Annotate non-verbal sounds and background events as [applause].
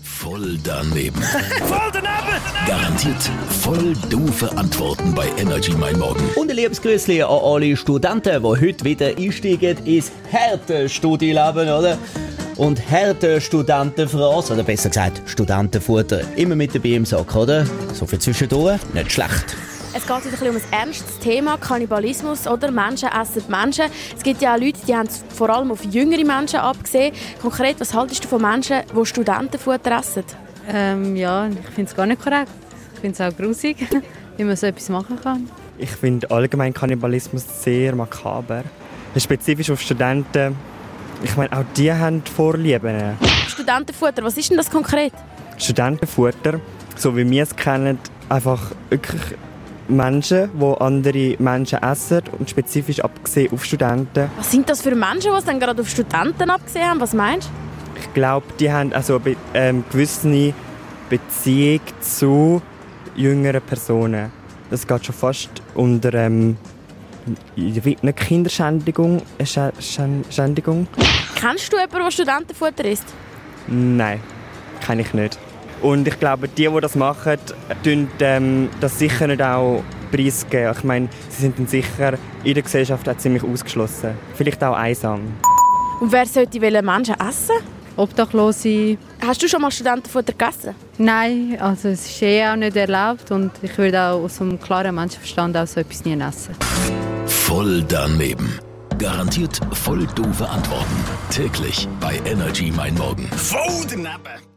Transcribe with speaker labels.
Speaker 1: Voll daneben.
Speaker 2: [laughs] Voll daneben!
Speaker 1: Garantiert voll doofe Antworten bei Energy Mein Morgen.
Speaker 3: Und ein liebes Grüßli an alle Studenten, die heute wieder einsteigen ins harte Studieleben, oder? Und harte Studentenfraß, oder besser gesagt, Studentenfutter. Immer mit dabei im Sack, oder? So für zwischendurch, nicht schlecht.
Speaker 4: Es geht wieder ein bisschen um ein ernstes Thema, Kannibalismus, oder? Menschen essen Menschen. Es gibt ja auch Leute, die haben es vor allem auf jüngere Menschen abgesehen. Konkret, was haltest du von Menschen, die Studentenfutter essen?
Speaker 5: Ähm, ja, ich finde es gar nicht korrekt. Ich finde es auch grusig, [laughs] wie man so etwas machen kann.
Speaker 6: Ich finde allgemein Kannibalismus sehr makaber. Spezifisch auf Studenten. Ich meine, auch die haben Vorlieben.
Speaker 4: Studentenfutter, was ist denn das konkret?
Speaker 6: Studentenfutter, so wie wir es kennen, einfach wirklich Menschen, die andere Menschen essen und spezifisch abgesehen auf Studenten.
Speaker 4: Was sind das für Menschen, die es dann gerade auf Studenten abgesehen haben? Was meinst du?
Speaker 6: Ich glaube, die haben also eine be- ähm, gewisse Beziehung zu jüngeren Personen. Das geht schon fast unter ähm, eine Kinderschändigung. äh, Schä- Schän- Schändigung?
Speaker 4: Kennst du jemanden, der Studentenfutter isst?
Speaker 6: Nein, kenne ich nicht. Und ich glaube, die, die das machen, tun ähm, das sicher nicht auch preisgeben. Ich meine, sie sind dann sicher in der Gesellschaft auch ziemlich ausgeschlossen. Vielleicht auch einsam.
Speaker 4: Und wer sollte welche Menschen essen?
Speaker 5: Obdachlose,
Speaker 4: Hast du schon mal Studentenfutter gegessen?
Speaker 5: nein, also es ist eh auch nicht erlaubt und ich würde auch aus einem klaren Menschenverstand auch so etwas nie essen.
Speaker 1: Voll daneben. Garantiert voll doofe Antworten. Täglich bei Energy Mein Morgen.
Speaker 2: Voll daneben!